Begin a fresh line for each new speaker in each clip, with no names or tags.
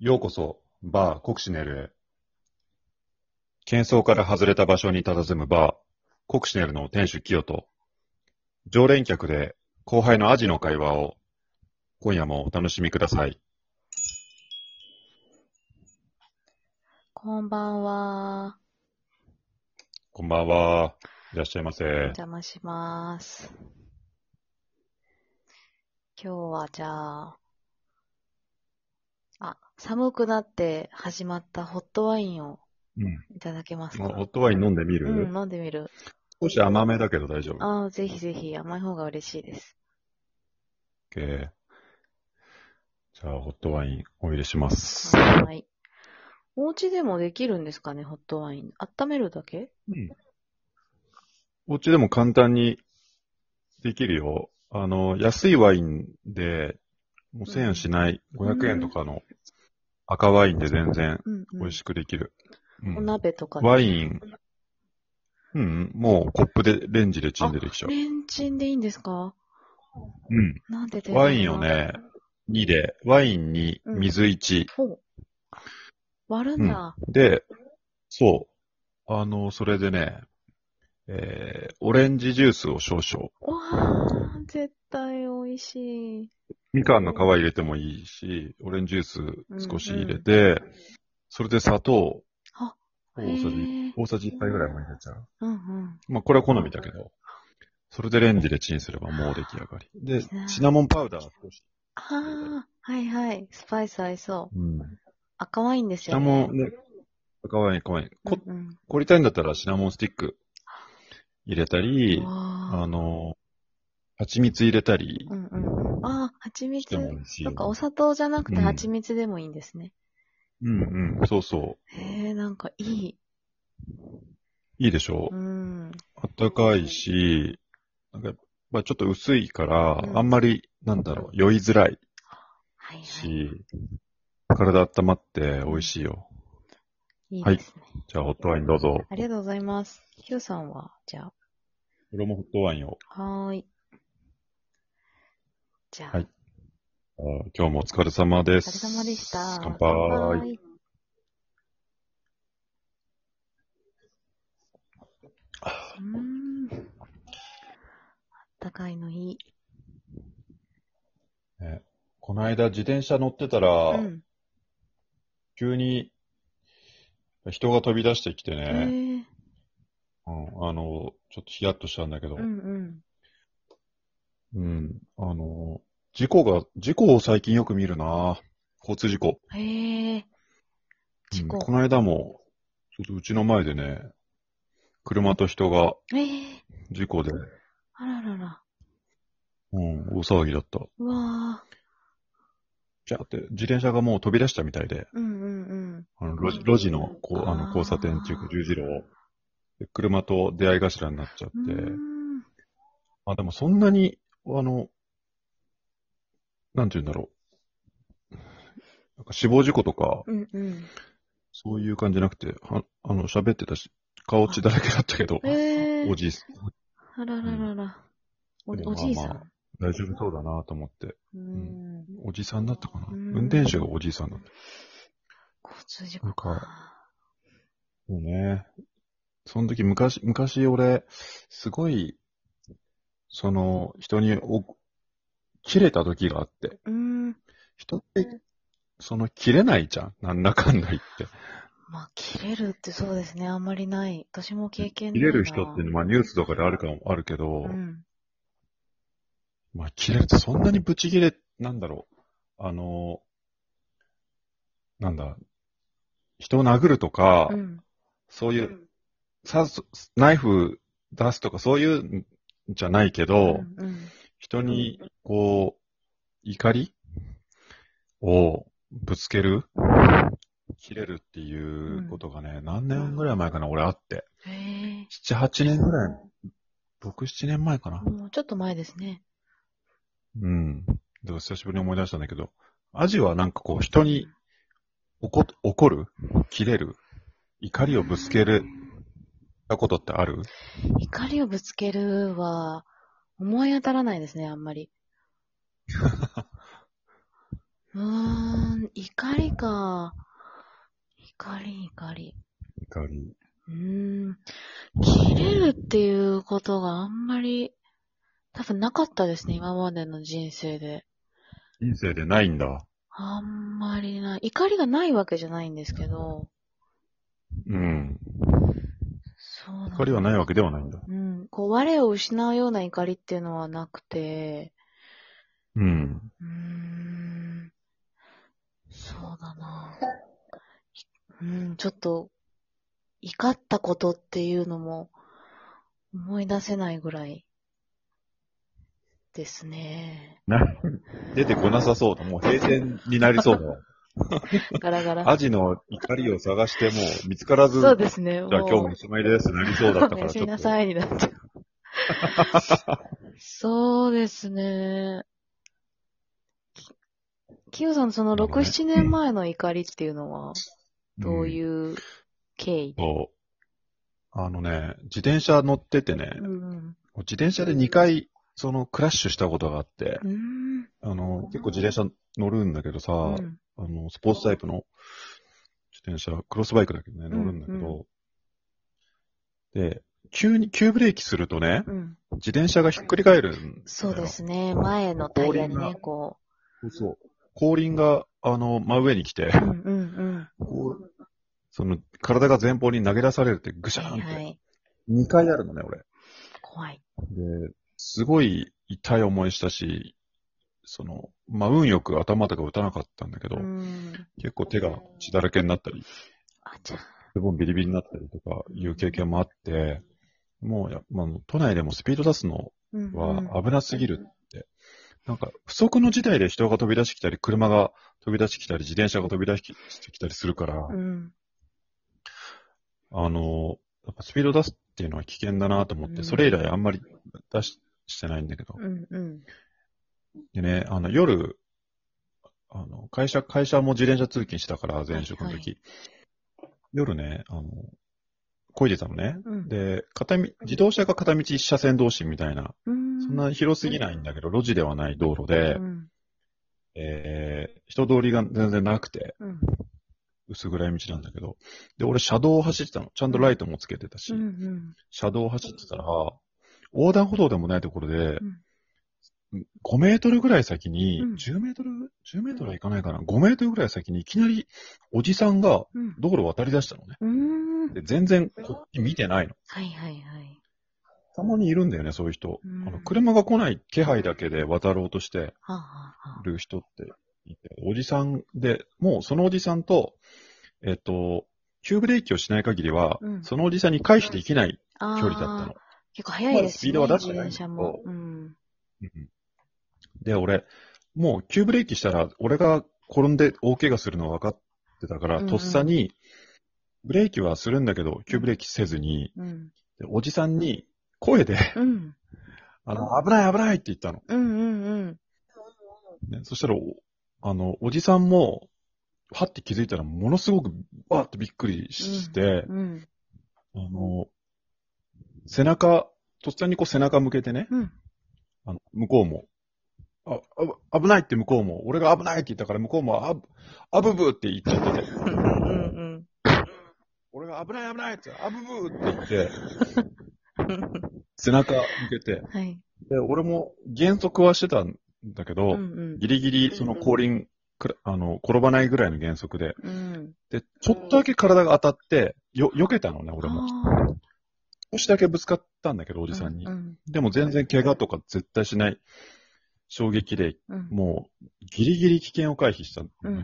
ようこそ、バー、コクシネルへ。喧騒から外れた場所に佇むバー、コクシネルの店主キヨと、常連客で後輩のアジの会話を、今夜もお楽しみください。
こんばんは。
こんばんは。いらっしゃいま
お
せ。
邪魔します。今日はじゃあ、あ、寒くなって始まったホットワインを
うん。
いただけます
まあ
か
ホットワイン飲んでみる、
うん、飲んでみる。
少し甘めだけど大丈夫。
ああ、ぜひぜひ甘い方が嬉しいです。
OK じゃあ、ホットワインお入れします。
はい。お家でもできるんですかね、ホットワイン。温めるだけ
うん。お家でも簡単にできるよ。あの、安いワインで、もう1000円しない、
うん
500円とかの赤ワインで全然
うん、うん。
美味しくできる。うん
お鍋とかで
ワイン、うん、もうコップでレンジでチンでできちゃう。
レンチンでいいんですか
うん。
なんでですか
ワインをね、2で、ワインに
うん
水1、
ほう。割るんだ。
で、そう。あの、それでね、えー、オレンジジュースを少々。
わあ、絶対美味しい。
みかんの皮入れてもいいし、オレンジジュース少し入れて、それで砂糖、
あ
大
へ
さじ、
え
大さじ1杯ぐらいも入れちゃう。
うんうん。
まあ、これは好みだけど、それでレンジでチンすればもう出来上がり。で
いな、
シナモンパウダー少し。
ああ、はいはい。スパイス合いそう。
うん。
赤ワインです
シナ
よ
モ
ね。
ンね、赤ワイン、赤ワイン。こ、
うんうん
凝りたいんだったらシナモンスティック入れたり、
わ
あの、蜂蜜入れたり
ーうんうんうん。ああ、蜂
して
蜜。
も美味しい
な
よ。
んかお砂糖じゃなくて
うん
蜂蜜でもいいんですね。
うんうん、そうそう。
へえ、なんかいい。
いいでしょう
うん。
あったかいし、なんか、まあちょっと薄いから、
うん
あんまり、なんだろう、酔いづらい
はいはい。
し、体温まって美味しいよ。
いいですね。
じゃあ、ホットワインどうぞ。
ありがとうございます。ヒューさんは、じゃあ、
俺もホットワインを。
はーい。じゃあ、
はいあー今日もお疲れ様で
お
す。
疲れ様でした。
乾杯。。
うーん。あったかいのいい。
この間、自転車乗ってたら、
うん。
急に、人が飛び出してきて
え
ね、
ー、
うん、あの、ちょっとヒヤッとしたんだけど、
うんうん。
うん、あの、事故が、事故を最近よく見るな交通事故。
へえー。事
うん
故
こ。の間も、ちょっとうちの前でね、車と人が
ええー。
事故で、
あららら。
うん、大騒ぎだった。
うわー
じゃあって、自転車がもう飛び出したみたいで、
うんうんうん。
あの路地路地のこうあの
あー
交差点中いうか十字路を、で車と出会い頭になっちゃって、
うーん。
まあでもそんなに、あの、なんて言うんだろう。なんか死亡事故とか、
うんうん。
そういう感じじゃなくて、ああの、喋ってたし、顔血だらけだったけど、
ええー。
おじい、
あらららら。お
でも
おじいさ
まあまあ大丈夫そうだなと思って。
ん。うん。
おじさんだったかな。
うん
運転手がおじいさんだった。
交通事故
なん
か。
そうね。その時昔、昔俺、すごい、その、人にお、切れた時があって。
うーん。
人って、その、切れないじゃん。なんだかんだ言って。
まあ、切れるってそうですね。あんまりない。私も経験な
切
い
れ
な
る人って、まあニュースとかであるかも、あるけど、
うん。
まあ切れるってそんなにブチ切れ、なんだろう。あの、なんだ、人を殴るとか、
うん。
そういう、さ、そナイフ出すとかそういうんじゃないけど、
うんうん
人に、こう、怒りをぶつける、切れるっていうことがね、何年ぐらい前かな、俺あって。
へえ
7、8年ぐらい、6、7年前かな。
もうちょっと前ですね。
うん。で久しぶりに思い出したんだけど、アジはなんかこう、人に怒、怒る切れる怒りをぶつけることってある
怒りをぶつけるは、思い当た らないですね、あんまり。うーん、怒光か。光、光。
怒り。
うーん。切れるっていうことがあんまり、多分なかったですね、今までの人生で。
人生でないんだ。
あんまりない。怒りがないわけじゃないんですけど、
うん。
そうなん
怒りはないわけではないんだ。
うん。こう、我を失うような怒りっていうのはなくて、
うん。
うーん。そうだな。いうん、ちょっと、怒ったことっていうのも思い出せないぐらいですね。
な、出てこなさそうだ。もう平然になり そう
ガラガ
だ。ア
ラ。
ジの怒りを探しても見つからず、
そうですね。
じゃあ
もう
今日もおしまいです。なりそうだったか
お
ら
やす
ちょ
み
っ
な
と。
さいになっちゃう。 そうですね。きヨさん、その
なる
6、
ほどね
7年前の怒りっていうのは、どう
うん
いう経緯で、
そう。あのね、自転車乗っててね、
うん
自転車で2回、そのクラッシュしたことがあって、
うん、うん。
あの、結構自転車乗るんだけどさ、
うん
あの、スポーツタイプの自転車、クロスバイクだけどね、乗るんだけど、で、急に、急ブレーキするとね、
うん。
自転車がひっくり返るんだよ
そうですね。前のタイヤに
後輪が
ね、こ
そうそう。後輪が、あの、真上に来て
う。う、んうん
こうその、体が前方に投げ出されるって、ぐし
うん。
ゃー
は
ん
い
っ
は
て。
い。
2回あるのね、俺。
怖い。
で、すごい痛い思いしたし、その、まあ、運よく頭とか打たなかったんだけど、
うん。
結構手が血だらけになったり、
あちゃ。
ズボンビリビリになったりとかいう経験もあって、もうや、まあ、都内でもスピード出すの
うんうん。
は危なすぎるって。なんか、不測の事態で人が飛び出してきたり、車が飛び出してきたり、自転車が飛び出してきたりするから、
うん。
あの、やっぱスピード出すっていうのは危険だなと思っ
う
て、
ん
それ以来あんまり出ししてないんだけど。
うんうん。
でね、あの、夜、あの、会社、会社も自転車通勤したから、前職の時。
はいは
夜ね、あの、こいでたのね。
うん。
で、片道、自動車が片道一車線同士みたいな、
そん
そんな広すぎないんだけど、路地ではない道路で、
うん
えー、人通りが全然なくて、
うん。
薄暗い道なんだけど、で、俺車道を走ってたの。ちゃんとライトもつけてたし、
うんうん。
車道を走ってたら、横断歩道でもないところで、5メートルぐらい先に、
うん
10メートル、10メートルはいかないかな、5メートルぐらい先にいきなりおじさんが
うん。
道路を渡り出したのね。
うん。
で、全然こっち見てないの。
はいはいはい。
たまにいるんだよね、そういう人。
うん
あの車が来ない気配だけで渡ろうとして
はあはあはあ。
る人っていて、おじさんで、もうそのおじさんと、えっと、急ブレーキをしない限りは、
うん
そのおじさんに回避できない
あ
距離だったの
ー。結構早いですね。
まだスピードは出してない
自転車も。うん。
うんで、俺、もう急ブレーキしたら、俺が転んで大怪我するの分かってたから、
うんうん
とっさに、ブレーキはするんだけど、急ブレーキせずに、
うん。
でおじさんに声で、
うん。
あの、危ない危ないって言ったの。
うんうんうん。
ね、そしたら、おあの、おじさんも、はって気づいたら、ものすごく、わーってびっくりして、
うん。
あの、背中、とっさにこう背中向けてね、
うん。
あの、向こうも、あ、あぶ危ないって向こうも、俺が危ないって言ったから向こうも、あぶ、あぶぶって言っちゃってて、
うん うん
俺が危ない危ないって、あぶぶって言って、背中向けて、
うん。はい。
で、俺も減速はしてたんだけ
うん
ど、
うん。
ギリギリその後輪、くらあの、転ばないぐらいの減速で、
うん。
で、ちょっとだけ体が当たって、よ、避けたのね、俺も。
あー
少しだけぶつかったんだけど、おじさんに
う。ん
でも全然怪我とか絶対しない衝撃で、
うん。
もう、ギリギリ危険を回避したのね。
うん。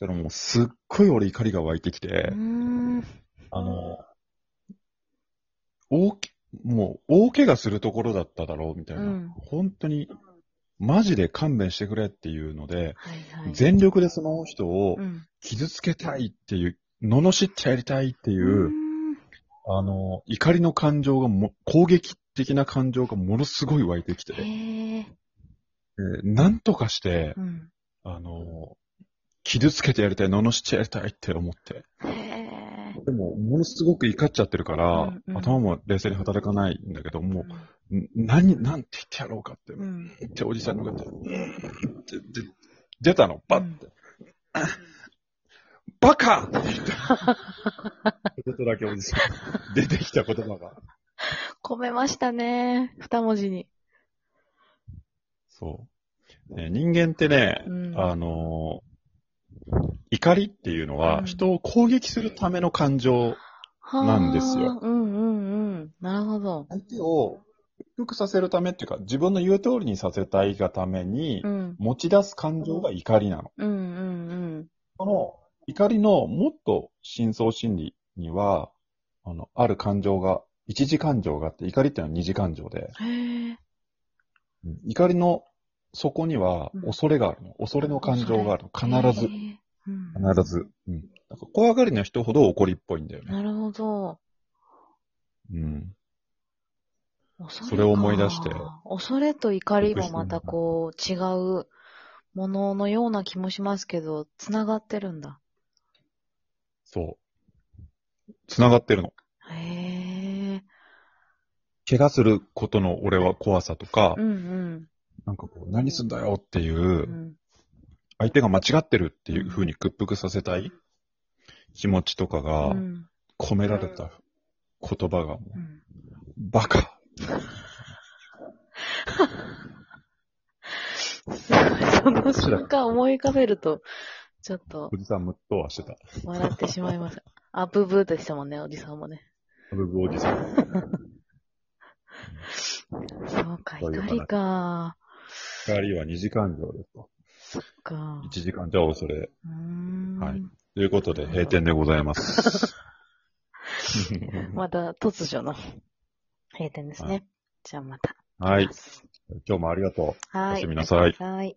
だからもうすっごい俺怒りが湧いてきて、
うん。
あの、大き、もう大怪我するところだっただろうみたいな、
うん
本当に、マジで勘弁してくれっていうので、
はいはい。
全力でその人を
うん。
傷つけたいっていう、罵ってやりたいっていう、
うん
あの、怒りの感情がも、攻撃的な感情がものすごい湧いてきて、
へえ。
でなんとかして、
うん。
あの、傷つけてやりたい、罵ってやりたいって思って、
へえ。
でも、ものすごく怒っちゃってるから、
うんうん
頭も冷静に働かないんだけど、もう、ん何、なんて言ってやろうかって、
うん。
っておじさんの方、うんって、で、出たの、バッて。バカって言った。ちょっとだけおじさん。出てきた言葉が。
込めましたね。二文字に。
そう。ね人間ってね、
うん。
あのー怒りっていうのは
うん
人を攻撃するための感情、
はー
なんですよ。
うんうんうん。なるほど。
相手を低くさせるためっていうか、自分の言う通りにさせたいがために
う、ん。
持ち出す感情が怒りなの。
うんうん
この怒りのもっと深層心理には、あの、ある感情が、一次感情があって、怒りっていうのは二次感情で、
うん。へえ。
うん怒りの底には
うん
恐れがあるの。恐れの感情があるの。必ず
へ。ーうん
必ず。うん。なんか怖がりな人ほど怒りっぽいんだよね。
なるほど。
うん。
恐れ
それを思い出して
か恐れと怒りもまたこう、違うもののような気もしますけど、つながってるんだ。
そう。繋がってるの。
へえ。
怪我することの俺は怖さとか
う、ん
なんかこう、何すんだよってい
うん。う
う、
ん
相手が間違ってるっていう風に屈服させたい気持ちとか
う
が
ん。
込められた言葉がもう
うん
バカ。
その瞬間思い浮かべると、ちょっと
おじさんムッとはしてた。
笑ってしま います。あ、ブブーでしたもんね、おじさんもね。
ブブおじさん。
そうか、
そ
怒
ういう話
りか。
二人は二次感情ですと。
そっか。
一時間じゃ恐れ。
うーん。
はいということで、閉店でござい ます。
また突如の閉店ですね。
は
じゃあまた。
はい。今日もありがとう。
は
お
い。
やすみなさい。
はい。